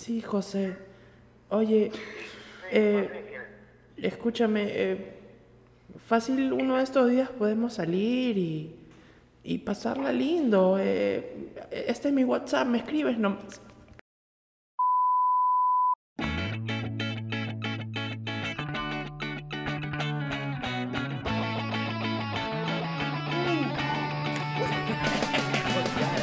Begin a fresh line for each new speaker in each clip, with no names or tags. Sí, José. Oye, eh, escúchame, eh, fácil uno de estos días podemos salir y, y pasarla lindo. eh, este es mi WhatsApp, me escribes nomás.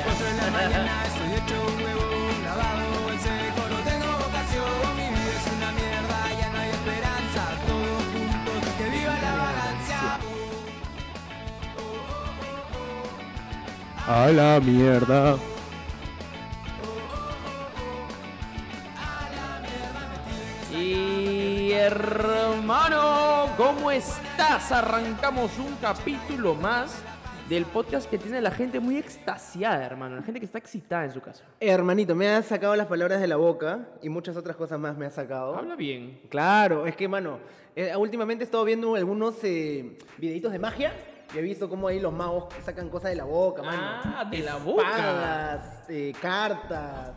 Cuatro de la mañana, estoy hecho un huevo, un lavado en seco, no tengo vocación, mi vida es una mierda, ya no hay esperanza, todos juntos, que viva la balanza.
A la mierda.
Y hermano, ¿cómo estás? Arrancamos un capítulo más del podcast que tiene la gente muy extasiada, hermano. La gente que está excitada en su casa.
Hermanito, me has sacado las palabras de la boca y muchas otras cosas más me has sacado.
Habla bien.
Claro, es que, mano, eh, últimamente he estado viendo algunos eh, videitos de magia y he visto cómo ahí los magos sacan cosas de la boca, mano.
Ah, de la
Espadas, eh, cartas,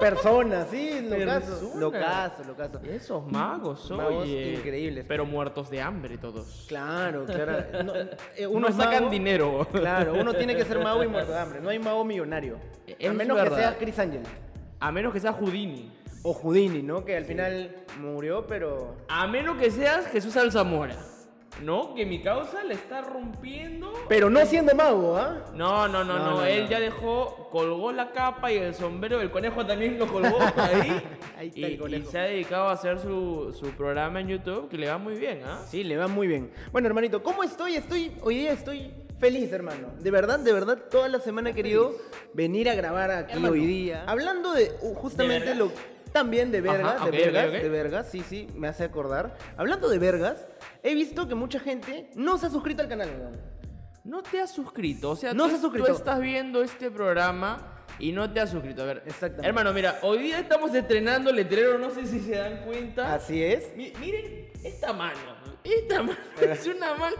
personas, sí, lo caso, lo
Personas.
caso, lo caso.
Esos magos,
Mm, Magos
oye.
increíbles.
Pero muertos de hambre todos.
Claro, claro. No, eh,
Uno
es
sacan
mago,
dinero.
Claro, uno tiene que ser mago y muerto de hambre. No hay mago millonario.
Es
a menos
verdad.
que sea Chris Angel
A menos que sea Houdini.
o Houdini, ¿no? Que al final murió, pero
A menos que seas Jesús Alzamora. ¿No? Que mi causa la está rompiendo.
Pero no siendo mago, ¿ah?
No, no, no, no,
No, no,
Él
no.
ya dejó, colgó la capa y el sombrero del conejo también lo colgó ahí.
Ahí está
y,
el
y
conejo.
se ha dedicado a hacer su, su programa en YouTube que le va muy bien, ¿ah?
Sí, le va muy bien. Bueno, hermanito, ¿cómo estoy? Estoy hoy día estoy feliz, hermano. De verdad, de verdad, toda la semana he querido venir a grabar aquí
Hermano.
hoy día. Hablando de uh, justamente
¿De
lo también de vergas,
Ajá,
de
ok, ok,
vergas,
ok.
de vergas, sí, sí, me hace acordar. Hablando de vergas, he visto que mucha gente no se ha suscrito al canal. weón.
No te has suscrito, o sea,
No
tú,
se ha
tú
suscrito.
estás viendo este programa y no te has suscrito. A ver,
Exactamente.
hermano, mira, hoy día estamos estrenando letrero, no sé si se dan cuenta.
Así es.
Mi- miren esta mano. Esta mano
Ah.
es una mano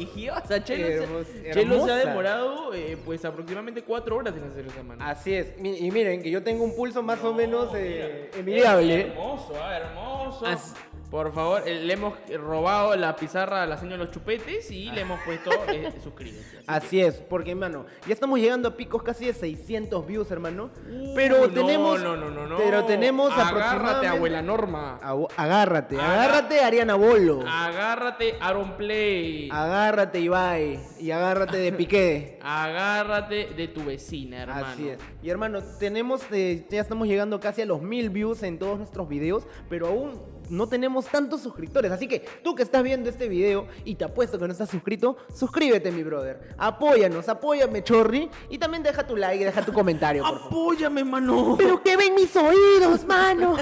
prodigiosa. Chelo, se,
Hermos-
Chelo se ha
hermosa.
demorado eh, pues aproximadamente cuatro horas en hacer esa mano.
Así es. Mi- Y miren que yo tengo un pulso más o menos eh,
Es
envidiable.
hermoso, ah, hermoso.
As-
Por favor, eh, le hemos robado la pizarra a la señora de los chupetes y le hemos puesto eh, suscríbete.
Así es, porque hermano, ya estamos llegando a picos casi de 600 views, hermano.
Uy,
Pero
no,
tenemos
No, no, no, no.
pero tenemos
Agárrate,
aproximadamente-
abuela Norma.
Agu- Agárrate,
Aga-
agárrate Ariana Bolo.
Agárrate, Aaron Play.
Agárrate Ibai y agárrate de Piqué.
Agárrate de tu vecina, hermano.
Así es. Y hermano, tenemos eh, ya estamos llegando casi a los mil views en todos nuestros videos, pero aún no tenemos tantos suscriptores. Así que tú que estás viendo este video y te apuesto que no estás suscrito, suscríbete, mi brother. Apóyanos, apóyame, Chorri. Y también deja tu like, deja tu comentario, por favor.
Apóyame, mano.
Pero que ven mis oídos, mano.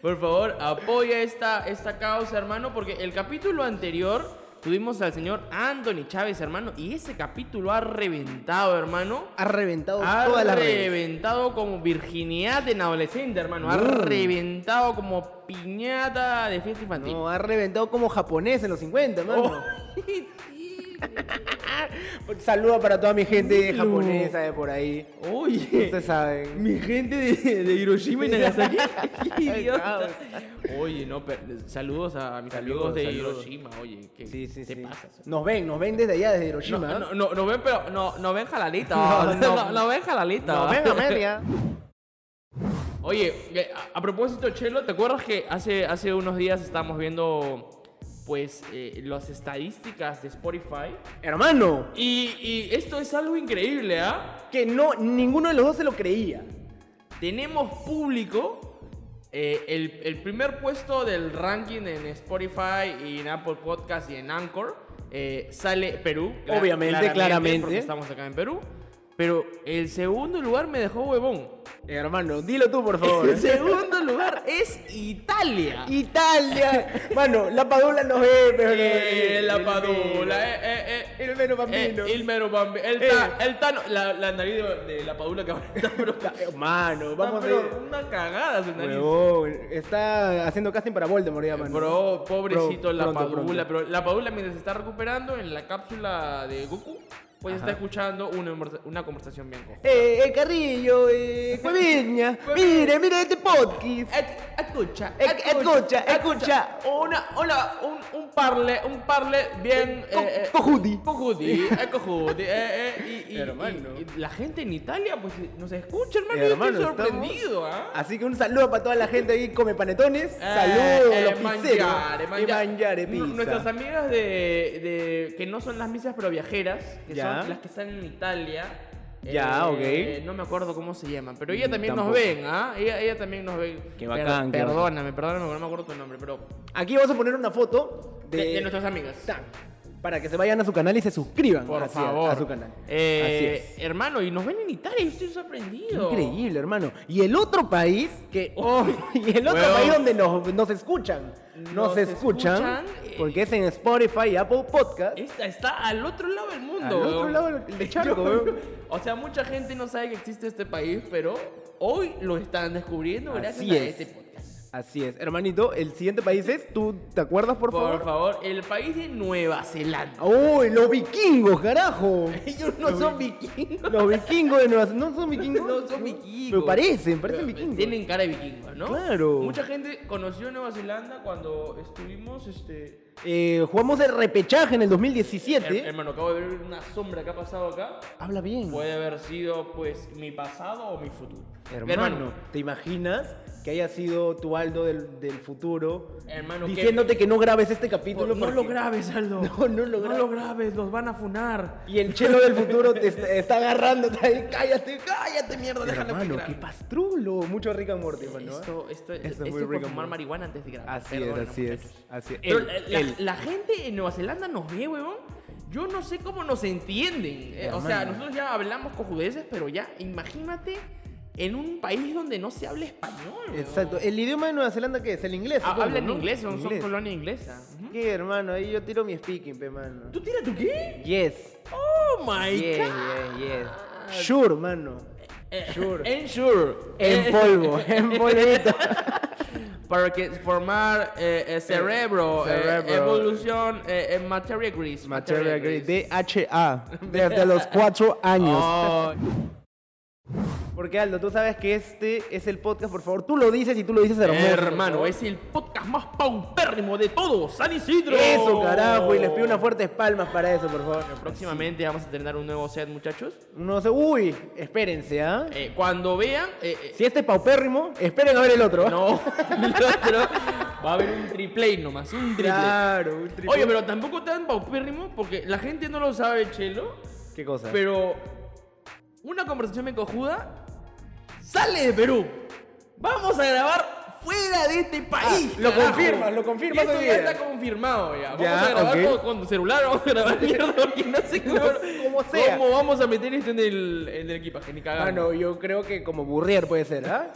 Por favor, apoya esta, esta causa, hermano, porque el capítulo anterior tuvimos al señor Anthony Chávez, hermano, y ese capítulo ha reventado, hermano.
Ha reventado
Ha
todas las redes.
reventado como virginidad en adolescente, hermano. Ha
Mm.
reventado como piñata de fiesta infantil.
No, ha reventado como japonés en los 50, mano. Saludo para toda mi gente
Milo.
japonesa de por ahí.
Oye,
Ustedes saben.
mi gente de, de Hiroshima y Nagasaki. Qué idiota.
Caos.
Oye, no, pero- saludos a mis
Saludos,
amigos de
saludos.
Hiroshima, oye, que
Sí, sí,
te
sí.
pasas.
Nos ven, nos ven desde allá, desde
No,
Hiroshima.
no, no, no ven, pero no, no ven jalalita. No,
No, no.
no, ven jalalita.
Nos ven a media.
Oye, eh, a, a propósito, Chelo, ¿te acuerdas que hace, hace unos días estábamos viendo pues eh, las estadísticas de Spotify?
Hermano,
Y, y esto es algo increíble, ¿ah?
que no, ninguno de los dos se lo creía.
Tenemos público. eh, el, el primer puesto del ranking en Spotify y en Apple Podcast y en Anchor eh, sale Perú. cla-
Obviamente, claramente.
Porque estamos acá en Perú. Pero el segundo lugar me dejó huevón.
Hermano, dilo tú, por favor.
El segundo lugar es Italia.
Italia. Mano, la Padula nos ve, pero.
Eh, la
El
Padula,
mero.
eh, eh, eh.
El mero bambino.
Eh, el mero bambino. El, ta- el Tano- la, la nariz de, de la Padula que ahora está, pero,
Mano, vamos a
pero
ver.
una cagada su nariz.
Huevón, está haciendo casting para Voldemort ya, mano.
Bro, pobrecito
Pro-
la
pronto,
Padula,
pronto.
pero la Padula mientras se está recuperando en la cápsula de Goku, pues
Ajá.
está escuchando una, conversa- una conversación bien coja.
Eh, eh, Carrillo, eh, Cueviña, mire, mire este podcast.
Et- Escucha,
Ec- escucha, escucha.
Una, una, un, un parle, un parle bien.
Eh, Co- cojudi.
Cojudi, eh, cojudi. eh, eh, y, y-
Hermano.
y- y la gente en Italia, pues nos escucha, hermano.
Eh,
yo
hermano,
estoy
estamos-
sorprendido, ¿ah?
Así que un saludo para toda la gente ahí que come panetones.
Eh,
Saludos,
eh,
los pizzeros.
mangiare,
Y
mangiare.
mangiare
Nu-
eh, pizza.
Nuestras amigas de, de- que no son las misas pero viajeras, que
Ya.
son las que están en Italia. Eh,
Ya, ok.
No me acuerdo cómo se llaman, pero ella
Mm,
también
tampoco.
nos ven, ¿ah? Ella, ella también nos ven.
Qué
Per-
bacán, qué
perdóname, perdóname, no me acuerdo tu nombre, pero
Aquí vamos a poner una foto de,
de, de nuestras amigas.
Tan, para que se vayan a su canal y se suscriban
Por
así,
favor.
a su canal.
Eh,
Así es.
Hermano, y nos ven en Italia, yo estoy sorprendido.
Increíble, hermano. Y el otro país que. oh, y el otro
Weón.
país donde nos, nos escuchan. Nos,
Nos
escuchan.
escuchan, eh.
Porque es en Spotify y Apple Podcast.
Esta está al otro lado del mundo.
Al otro
weón.
lado del- del charco,
Yo-
weón.
O sea, mucha gente no sabe que existe este país, pero hoy lo están descubriendo gracias
Así
a
es.
este podcast.
Así es. Hermanito, el siguiente país es. ¿Tú te acuerdas, por,
Por favor.
favor?
el país de Nueva Zelanda.
¡Uy, los vikingos, carajo!
Ellos no son vikingos.
Los vikingos de Nueva Zelanda. ¿No son vikingos?
No son vikingos.
Pero parecen, parecen
Pero
vikingos.
Tienen cara de vikingos, ¿no?
Claro.
Mucha gente conoció Nueva Zelanda cuando estuvimos, este...
Eh, jugamos el repechaje en el
Her-
2017.
hermano, acabo de ver una sombra que ha pasado acá.
Habla bien.
Puede haber sido, pues, mi pasado o mi futuro.
Hermano, ¿te imaginas que haya sido tu Aldo del, del futuro
Hermano,
diciéndote que no grabes este
Por-
capítulo?
no
porque-
lo grabes, Aldo.
No, no lo grabes.
grabes, los van a funar.
Y el chelo del futuro te está, está agarrando, está ahí, cállate,
Cállate, mierda, déjala
Hermano, qué pastrulo. Mucho Rick and Morty, hermano, ¿eh?
Esto, esto,
Eso es
esto
muy
es
Rick
por
and
fumar
Morty.
marihuana antes de grabar.
Así es,
Perdonen,
así es,
muchachos.
así es.
Pero
El-
la- la,
el-
la gente en Nueva Zelanda nos ve, huevón. Yo no sé cómo nos entienden. Eh, o sea,
Hermano.
nosotros ya hablamos con judeces, pero ya, imagínate en un país donde no se habla español. huevón.
Exacto. ¿El idioma de Nueva Zelanda qué es? El inglés.
Ha-
supongo,
Ah, hablan
¿no?
inglés, son, son colonia inglesa. Ujú.
¿Qué, hermano? Ahí yo tiro mi speaking, pe, mano.
¿Tú tiras tu qué?
Yes.
Oh my
Yes,
god.
yes, yes. Sure, mano. Sure.
Ensure.
En polvo, en polvito.
Para que formar eh, eh, cerebro, eh,
Cerebro.
evolución, eh, eh, materia gris.
Material Grey, DHA, desde los cuatro años.
Oh,
Ah. Porque Aldo, tú sabes que este es el podcast, por favor, tú lo dices y tú lo dices hermoso.
hermano, es el podcast más paupérrimo de todos, San Isidro.
Eso, carajo, y les pido unas fuertes palmas para eso, por favor.
Oh. Próximamente vamos a tener un nuevo set, muchachos.
No sé, uy, espérense, ¿ah?
Eh, cuando vean. eh, eh,
Si este es paupérrimo, esperen a ver el otro.
no, el otro, va a haber un triplay nomás, un triplay.
Claro, un triple.
Oye, pero tampoco tan paupérrimo porque la gente no lo sabe, Chelo.
¿Qué cosa?
Pero una conversación me cojuda sale de Perú. Vamos a grabar fuera de este país.
Ah, lo
carajo.
confirmas, lo confirmas
Y esto
hoy
ya
día.
está confirmado ya. Vamos
Ya,
a grabar
ok.
con, con tu celular, vamos a grabar mierda porque no sé cómo,
como sea.
cómo vamos a meter esto en el, en el equipaje, ni
Ah,
cagando.
no, yo creo que como burrier puede ser, ¿ah?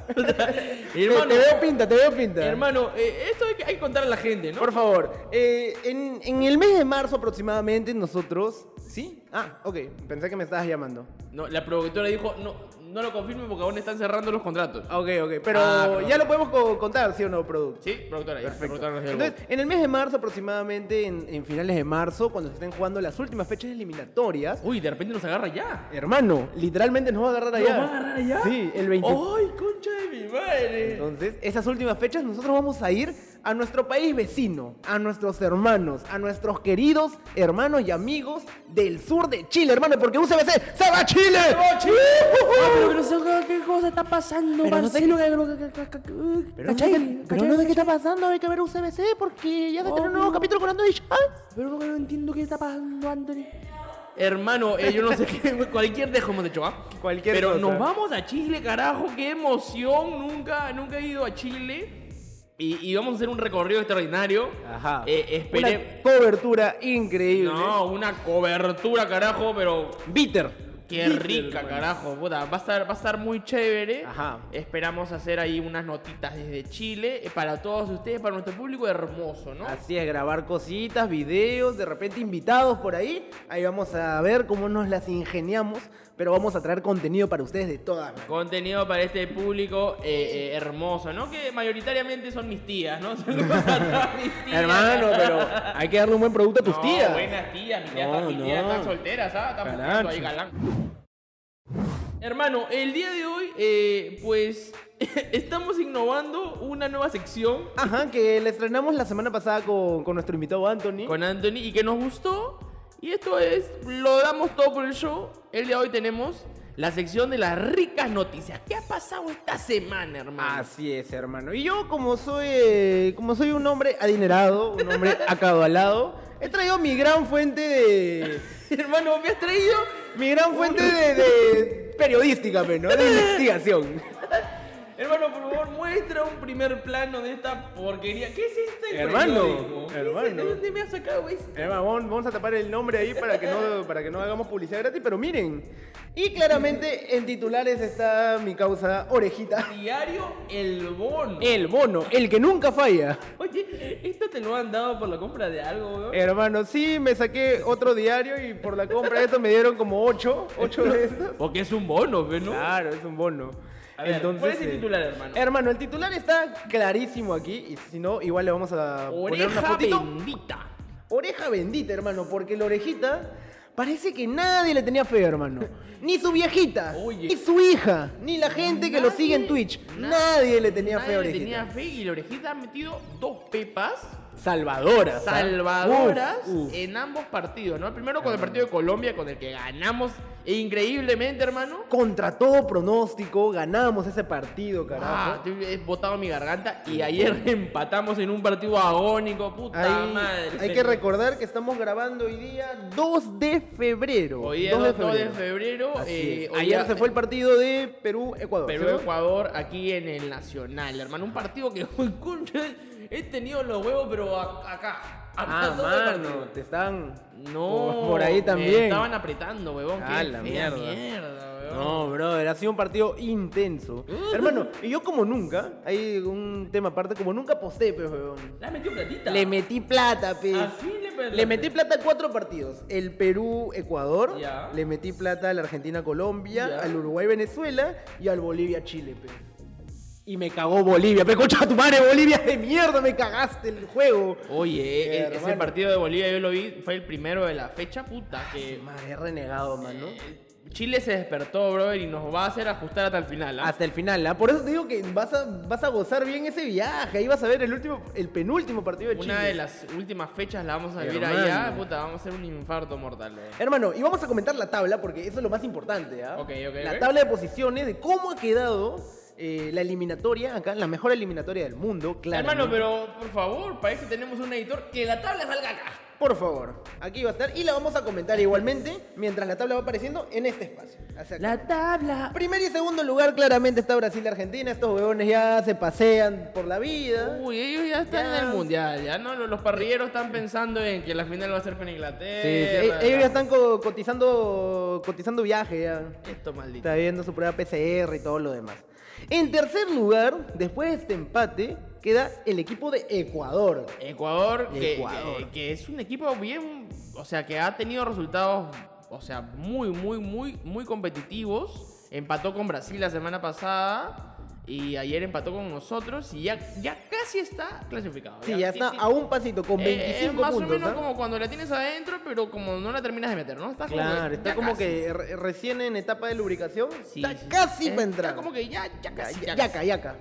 hermano,
te veo pinta, te veo pinta.
hermano, eh, esto hay que, hay que contar a la gente, ¿no?
Por favor, eh, en, en el mes de marzo aproximadamente nosotros... ¿Sí? Ah, ok, pensé que me estabas llamando.
No, la productora dijo, no, no lo confirme porque aún están cerrando los contratos.
Ah, Ok, ok, pero
Ah, perdón.
ya lo podemos co- contar, ¿sí o no, producto?
Sí, productora, ya, la
Perfecto.
productora nos dio el
Entonces, en el mes de marzo aproximadamente, en, en finales de marzo, cuando se estén jugando las últimas fechas eliminatorias,
go. Uy, de repente nos agarra ya.
hermano, literalmente nos va a agarrar allá. ¡Oh!
¿Lo van a agarrar allá?
Sí, el 20.
¡Ay, concha de mi madre!
Entonces, esas últimas fechas nosotros vamos a ir a nuestro país vecino, a nuestros hermanos, a nuestros queridos hermanos y amigos del sur de Chile, hermano, porque UCBC se va a Chile.
Ah, pero que no sé qué- qué cosa está pasando,
Pero no sé-
Marcelo. que- que- que- que- uy,
Pero no sé
¿cachai?
qué- pero
¿Cachai?
no sé qué está pasando, hay que ver UCBC porque ya se estrenó un nuevo
Oh.
capítulo con Anthony Shines.
Pero no, no entiendo qué está pasando, Anthony.
Hermano, eh, yo no sé qué, cualquier dejo hemos hecho, ¿ah?
Cualquier
Pero
cosa.
nos vamos a Chile, carajo, qué emoción, nunca, nunca he ido a Chile. Y, y vamos a hacer un recorrido extraordinario.
Ajá.
Eh,
Una
espere...
cobertura increíble.
No, una cobertura, carajo, pero
Bitter.
qué
Bitter,
rica,
hermano.
carajo. puta. Va a estar, va a estar muy chévere.
Ajá.
Esperamos hacer ahí unas notitas desde Chile eh, para todos ustedes, para nuestro público hermoso, ¿no?
Así es, grabar cositas, videos, de repente invitados por ahí. Ahí vamos a ver cómo nos las ingeniamos pero vamos a traer contenido para ustedes de todas maneras.
Contenido para este público eh, eh, hermoso, ¿no? Que mayoritariamente son mis tías, ¿no? Se lo pasan todas mis tías.
Hermano, pero hay que darle un buen producto a tus
No,
tías.
Buenas tías, mis tías,
No,
están- mis tías
no.
están solteras, ¿ah? Están
Caracho.
buscando ahí galán. Hermano, el día de hoy, eh, pues, estamos innovando una nueva sección
Ajá, que la estrenamos la semana pasada con, con nuestro invitado Anthony.
con Anthony y que nos gustó. Y esto es, lo damos todo por el show. El día de hoy tenemos la sección de las ricas noticias. ¿Qué ha pasado esta semana, hermano?
Así es, hermano. Y yo, como soy, eh, como soy un hombre adinerado, un hombre acabalado, he traído mi gran fuente de.
hermano, me has traído.
Mi gran fuente de, de periodística, pero no de investigación.
Hermano, por favor, muestra un primer plano de esta porquería. ¿Qué es este
Hermano,
periódico? ¿Qué es
hermano.
este? ¿De dónde me has sacado este esto?
Eh, vamos, vamos a tapar el nombre ahí para que, no, para que no hagamos publicidad gratis, pero miren. Y claramente en titulares está mi causa orejita.
Diario El Bono.
El bono, el que nunca falla.
Oye, ¿esto te lo han dado por la compra de algo, weón?
Hermano, sí, me saqué otro diario y por la compra de esto me dieron como ocho, ocho de estos.
Porque es un bono, ¿ve, ¿no?
Claro, es un bono. eh,
A ver, ¿cuál es el titular, hermano?
Hermano, el titular está clarísimo aquí y si no, igual le vamos a poner una
Oreja
fotito.
bendita.
Oreja bendita, hermano, porque la orejita parece que nadie le tenía fe, hermano. Ni su viejita,
Oye.
ni su hija, ni la gente que lo sigue en Twitch.
na-
nadie le tenía
Nadie
fe a
le
orejita.
tenía fe y la orejita ha metido dos pepas
Salvadoras. ¿ah?
salvadoras eh.
Uf, uf.
en ambos partidos, ¿no? Primero con el partido de Colombia, con el que ganamos increíblemente, hermano.
Contra todo pronóstico, ganamos ese partido, carajo.
Ah, te- he botado mi garganta y ayer empatamos en un partido agónico, puta
Hay,
madre.
hay que recordar que estamos grabando hoy día 2 de febrero.
Hoy es 2 de febrero. eh, hoy
Ayer
ya-
se fue el partido de Perú-Ecuador. ¿sí, no?
Perú-Ecuador aquí en el Nacional, hermano. Un partido que uy, concha, he tenido los huevos, pero a- acá. acá
Ah,
todo el
mano,
partido.
te están
No,
por, por ahí
Me
también.
estaban apretando, huevón.
Ah,
qué
la
fea
mierda.
mierda, huevón.
No, brother, ha sido un partido intenso. Hermano, y yo como nunca, hay un tema aparte, como nunca posté, pero
Le has metido platita.
Le metí plata, pe.
Así le metí.
Le metí plata a cuatro partidos. El Perú-Ecuador,
Ya.
le metí plata a la Argentina-Colombia,
Ya.
al Uruguay-Venezuela y al Bolivia-Chile, pe. Y me cagó Bolivia, pe, concha tu madre, Bolivia de mierda, me cagaste el juego.
Oye, eh, eh, ese
hermano.
partido de Bolivia yo lo vi, fue el primero de la fecha, puta. Que
Madre, renegado, mano.
Chile se despertó, brother, y nos va a hacer ajustar hasta el final. ¿ah?
Hasta el final, ¿ah? Por eso te digo que vas a, vas a gozar bien ese viaje. Ahí vas a ver el último, el penúltimo partido de Chile.
Una de las últimas fechas la vamos a vivir
Hermano.
allá, puta, vamos a hacer un infarto mortal. eh. huevón.
Hermano, y vamos a comentar la tabla porque eso es lo más importante, ¿ah?
Ok, ok,
La
ok.
tabla de posiciones de cómo ha quedado eh, la eliminatoria acá, la mejor eliminatoria del mundo, claro.
Hermano, pero por favor, parece que tenemos un editor que la tabla salga acá.
Por favor, aquí va a estar y la vamos a comentar igualmente mientras la tabla va apareciendo en este espacio. Hacia acá.
La tabla.
Primer y segundo lugar claramente está Brasil y Argentina. Estos huevones ya se pasean por la vida.
Uy, ellos ya están
Ya.
en el mundial, ya no, los, los parrilleros están pensando en que la final va a ser con Inglaterra.
Sí, sí, e- ellos ya están co- cotizando, cotizando viaje ya.
Esto maldito.
Está viendo su prueba PCR y todo lo demás. En tercer lugar, después de este empate, queda el equipo de Ecuador.
Ecuador, que,
Ecuador.
que- que es un equipo bien, o sea, que ha tenido resultados, o sea, muy, muy, muy, muy competitivos. Empató con Brasil la semana pasada y ayer empató con nosotros y ya, ya casi está clasificado.
Sí, ya está
sí.
a un pasito, con
Eh,
25
es más
puntos.
o menos
¿ah?
como cuando la tienes adentro, pero como no la terminas de meter, ¿no? Está como
Claro,
que
está
ya
como
casi.
que re- recién en etapa de lubricación.
Sí,
está
sí, sí.
casi
Eh,
para entrar.
Está como que ya, ya casi.
Ya-
Ya,
Yaca, yaca.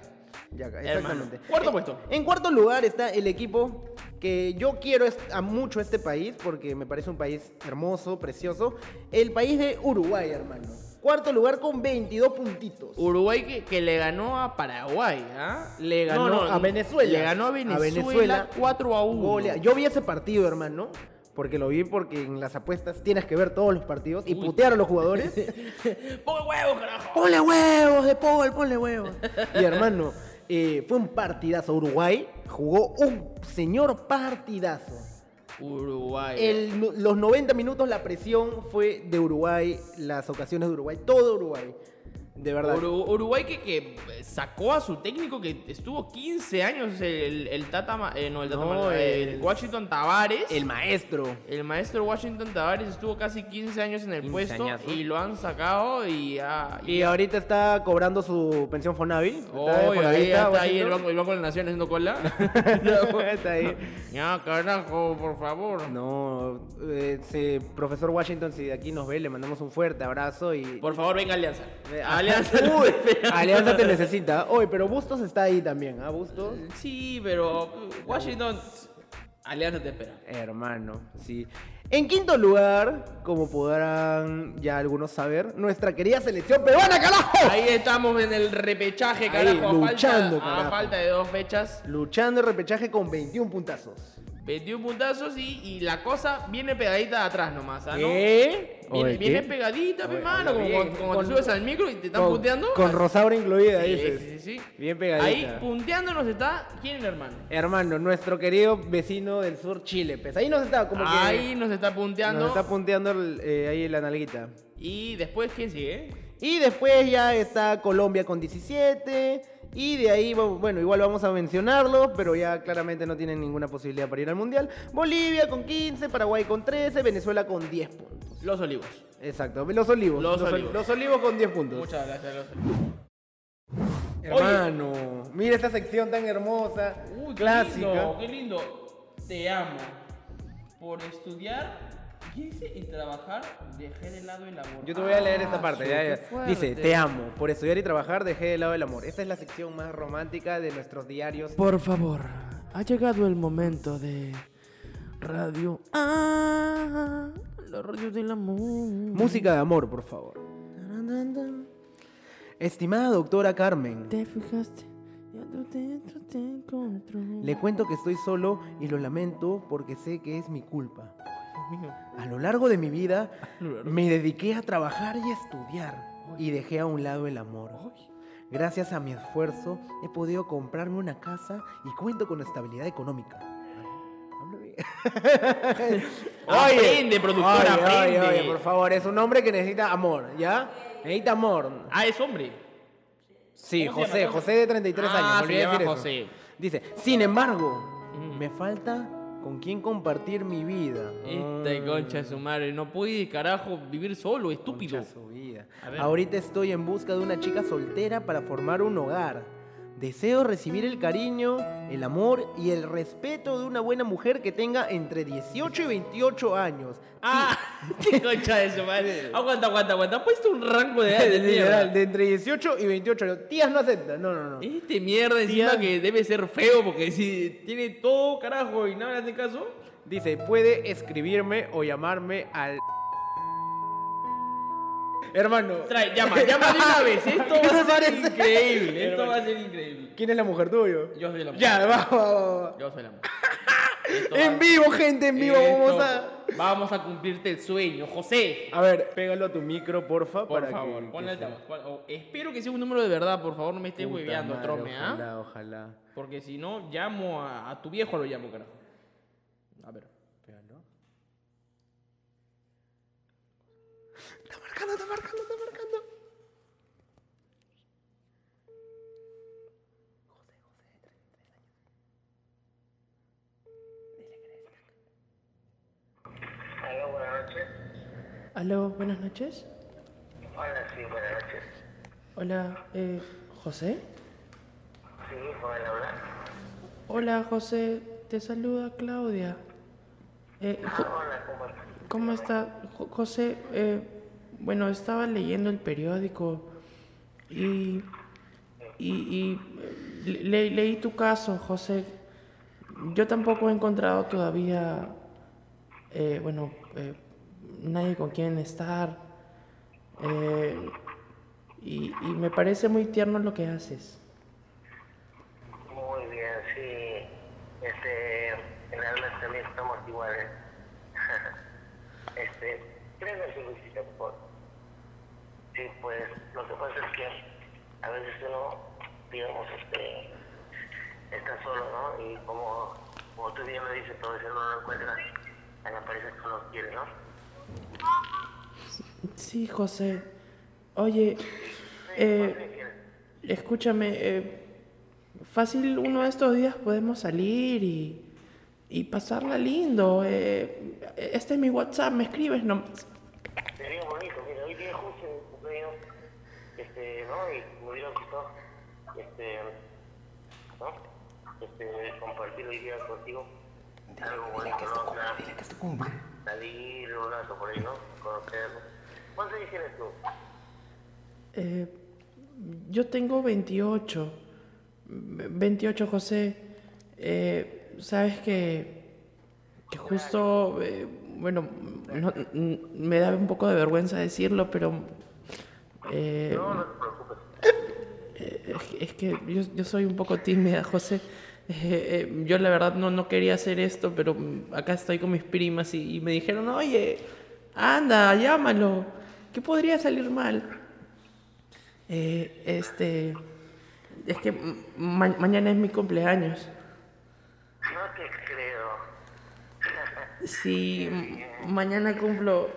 Yaca,
Hermano.
exactamente.
Cuarto
Eh,
puesto.
En cuarto lugar está el equipo que yo quiero es- a mucho este país porque me parece un país hermoso, precioso. El país de Uruguay, hermano. Cuarto lugar con 22 puntitos.
Uruguay que, que le ganó a Paraguay, ¿ah?
Le ganó a Venezuela.
Le ganó a
A
Venezuela,
Venezuela.
4 a 1.
Golea. Yo vi ese partido, hermano. Porque lo vi porque en las apuestas tienes que ver todos los partidos y putear a los jugadores.
¡Pongo huevo, carajo!
ponle huevos de Paul, ponle huevos. Y hermano, eh, fue un partidazo. Uruguay jugó un señor partidazo.
Uruguay.
El no- los 90 minutos la presión fue de Uruguay, las ocasiones de Uruguay, todo Uruguay. De verdad.
Uru- Uruguay que, que sacó a su técnico que estuvo 15 años, el, el Tata, Ma- eh, no, el Tata
No,
Ma- el
el-
Washington Tavares.
El maestro.
El maestro Washington Tavares estuvo casi 15 años en el
15
puesto
añazo.
y lo han sacado y ha...
Y ahorita está cobrando su pensión Fonavi. Está
Oh,
de
y ahí
Fonavista,
está ahí
Washington.
el banco, el Banco de la Nación haciendo cola.
Está ahí.
ya, carajo, por favor.
No, eh, sí, profesor Washington, si de aquí nos ve, le mandamos un fuerte abrazo y...
Por favor, venga Alianza.
Eh, ah,
Alianza.
uy, Alianza te necesita. Oye, pero Bustos está ahí también, ¿ah? Bustos.
Sí, pero Washington... Alianza te espera.
Hermano, sí. En quinto lugar, como podrán ya algunos saber, nuestra querida selección peruana, carajo.
Ahí estamos en el repechaje,
Ahí,
carajo. a
luchando,
falta, a
carajo.
falta de dos fechas.
Luchando el repechaje con 21 puntazos.
21 puntazos y, y la cosa viene pegadita de atrás nomás, ¿ah, no?
¿Qué?
Viene,
Oye,
viene
¿qué?
pegadita,
Oye,
pe mano.
habla
Como
bien.
cuando, cuando
Con-
te subes al micro y te están
Con-
punteando.
Con Rosaura incluida,
Sí,
dices.
sí, sí, sí.
Bien pegadita.
Ahí punteándonos está. ¿Quién, hermano?
Hermano, nuestro querido vecino del sur, Chile. Pues ahí nos está como que...
Ahí nos está punteando.
Nos está punteando el, eh, ahí la nalguita.
Y después, ¿quién sigue?
Y después ya está Colombia con 17. Y de ahí, bu- bueno, igual vamos a mencionarlo, pero ya claramente no tienen ninguna posibilidad para ir al Mundial. Bolivia con 15, Paraguay con 13, Venezuela con 10 puntos.
Los olivos.
Exacto, los olivos.
Los
ol-
Olivos.
los olivos con 10 puntos.
Muchas gracias, los olivos.
Hermano, mira esta sección tan hermosa,
Uy, qué
clásica.
lindo, qué lindo. Te amo. Por estudiar, quise y trabajar, dejé de lado el amor.
Yo te voy a leer esta
Ah,
parte.
sí,
ya,
qué
ya.
fuerte.
Dice, te amo. Por estudiar y trabajar dejé de lado el amor. Esta es la sección más romántica de nuestros diarios.
Por favor, ha llegado el momento de Radio Ah, la radio del amor.
Música de amor, por favor. Estimada doctora Carmen,
Te fijaste, ya tú dentro te encontró.
le cuento que estoy solo y lo lamento porque sé que es mi culpa. A lo largo de mi vida me dediqué a trabajar y a estudiar y dejé a un lado el amor. Gracias a mi esfuerzo he podido comprarme una casa y cuento con estabilidad económica. Hablo bien.
Aprende, productor,
oye,
aprende.
Oye, oye, por favor, es un hombre que necesita amor, ¿ya? Necesita amor.
Ah, es hombre.
Sí,
¿Cómo se
José,
llama?
José de 33
Ah,
años. me
se
olvidé de
llama
decir eso.
José.
Dice, sin embargo, me falta con quién compartir mi vida. Ah.
Esta Este concha de su madre. No puede, carajo, vivir solo, estúpido.
Concha su vida.
A ver.
Ahorita estoy en busca de una chica soltera para formar un hogar. Deseo recibir el cariño, el amor y el respeto de una buena mujer que tenga entre 18 y 28 años.
Ah, qué concha de su madre. Aguanta, aguanta, aguanta. Ha puesto un rango de edad de mierda.
Literal, de entre 18 y 28 años. Tías no aceptan. No, no, no.
Este mierda encima
Tía.
que debe ser feo porque si tiene todo carajo y nada le hace caso.
Dice, puede escribirme o llamarme al... Hermano,
Trae, llama, llama de una vez. Esto va
Eso
a ser
parece-
increíble. Esto va a ser increíble.
¿quién es la mujer tuyo?
Yo soy el amor.
Ya, vamos, vamos, vamos.
Yo soy el amor.
En vivo, gente, en vivo, vamos a...
Vamos a cumplirte el sueño, José.
A ver, pégalo a tu micro, porfa,
Por
para
favor,
que...
ponle
que sea-
altavoz. Pon- o- espero que sea un número de verdad, por favor, no me estés
Puta
hueveando,
madre,
trome, ¿ah?
Ojalá, ojalá.
Porque si no, llamo a, a tu viejo, lo llamo, carajo. A ver.
Está marcando, está marcando, está marcando.
Hola, buenas noches.
Aló, buenas noches.
Hola, sí, buenas noches.
Hola, eh, José.
Sí, pueden hablar.
Hola, José. Te saluda Claudia. Eh, Jo-
Hola, ¿cómo estás?
¿Cómo está? Jo- José, eh, bueno, estaba leyendo el periódico y, y, y, eh, le- leí tu caso, José. Yo tampoco he encontrado todavía, eh, bueno, eh, nadie con quien estar. Eh, y, y me parece muy tierno lo que haces.
Muy bien, sí. Este, en Almas también estamos iguales. ¿eh? este, créeme su visita, por favor. Sí, pues, lo que pasa es que a veces uno, digamos, este, está solo, ¿no? Y como, como tú bien lo dices, todo eso no lo encuentras a la pareja que uno quiere, ¿no?
Sí, José. Oye,
Sí,
Eh, escúchame, eh, fácil uno de estos días podemos salir y, y pasarla lindo. eh, este es mi WhatsApp, me escribes nomás.
Sería bonito, mira, hoy día justo en mi cumpleaños, este, ¿no? Y me hubiera gustado, este, ¿no? Este, compartir hoy día contigo algo bonito, ¿no? Una- Salir un rato por ahí, ¿no? Conocerlo. ¿Cuántos años tienes tú?
Eh, yo tengo 28. Ve- 28, José. Eh, Sabes que, que justo, eh, bueno, no- n- me da un poco de vergüenza decirlo, pero eh,
No, no te preocupes.
es, es que yo, yo soy un poco tímida, José. Eh, eh, yo la verdad no, no quería hacer esto, pero mm, acá estoy con mis primas y, y me dijeron, oye, anda, llámalo. ¿Qué podría salir mal? Eh, este, es que mm, ma- mañana es mi cumpleaños.
No te creo.
Sí, m- mañana cumplo,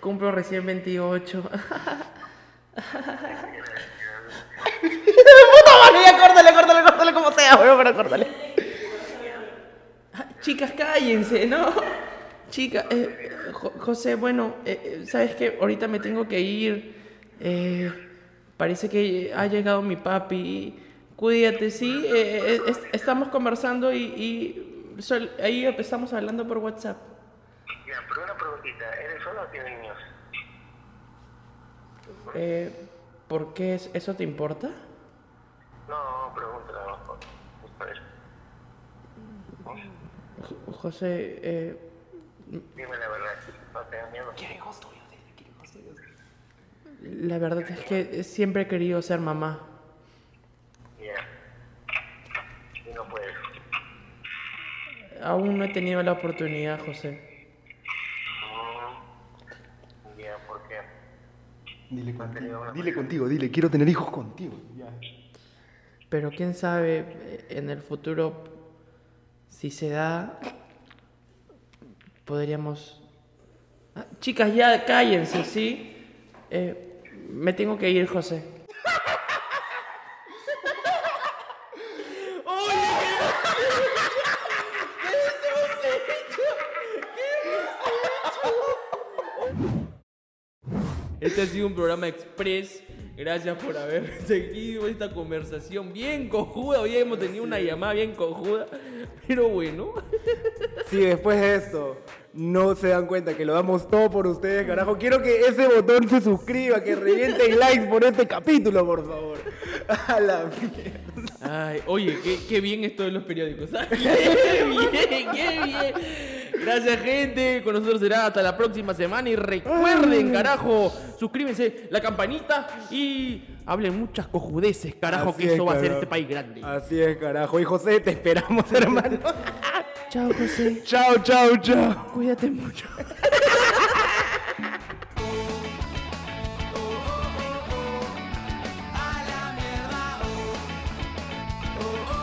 cumplo recién 28.
Bueno, ya córtale, córtale, córtale como sea, weón, pero córtale.
Chicas, cállense, ¿no? Chica, eh, Jo- José, bueno, eh, eh, sabes que ahorita me tengo que ir. Eh, parece que ha llegado mi papi. Cuídate, sí. Eh, eh, es- estamos conversando y, y sol- ahí empezamos hablando por WhatsApp.
Ya, pero una preguntita, ¿eres solo o tienes niños?
Eh, ¿Por qué es- eso te importa?
No, pregúntale abajo.
Jo- José, eh,
Dime la verdad, no tengas miedo.
la verdad es que siempre he querido ser mamá.
Ya. Y no puedes.
Aún no he tenido la oportunidad, José.
Mm. Ya, ¿por qué?
Dile contigo, dile contigo, dile, quiero tener hijos contigo.
Pero quién sabe eh, en el futuro, si se da, podríamos... Ah, chicas, ya cállense, ¿sí? Eh, me tengo que ir, José.
Este ha sido un programa express. Gracias por haber seguido esta conversación bien cojuda. Hoy hemos tenido una llamada bien cojuda. Pero bueno,
Si después de esto no se dan cuenta que lo damos todo por ustedes, carajo, quiero que ese botón se suscriba, que revienten likes por este capítulo, por favor. A la mierda.
Ay, oye, qué, qué bien esto de los periódicos. Ay, ¡Qué bien, qué bien! Gracias, gente. Con nosotros será hasta la próxima semana. Y recuerden, carajo, suscríbanse, la campanita y hablen muchas cojudeces, carajo,
Así
que
es,
eso va a hacer
carajo.
este país grande.
Así es, carajo. Y José, te esperamos, hermano.
Chao, José.
chao, chao, chao.
Cuídate mucho.
A la mierda, oh, oh, oh, Oh, oh. oh,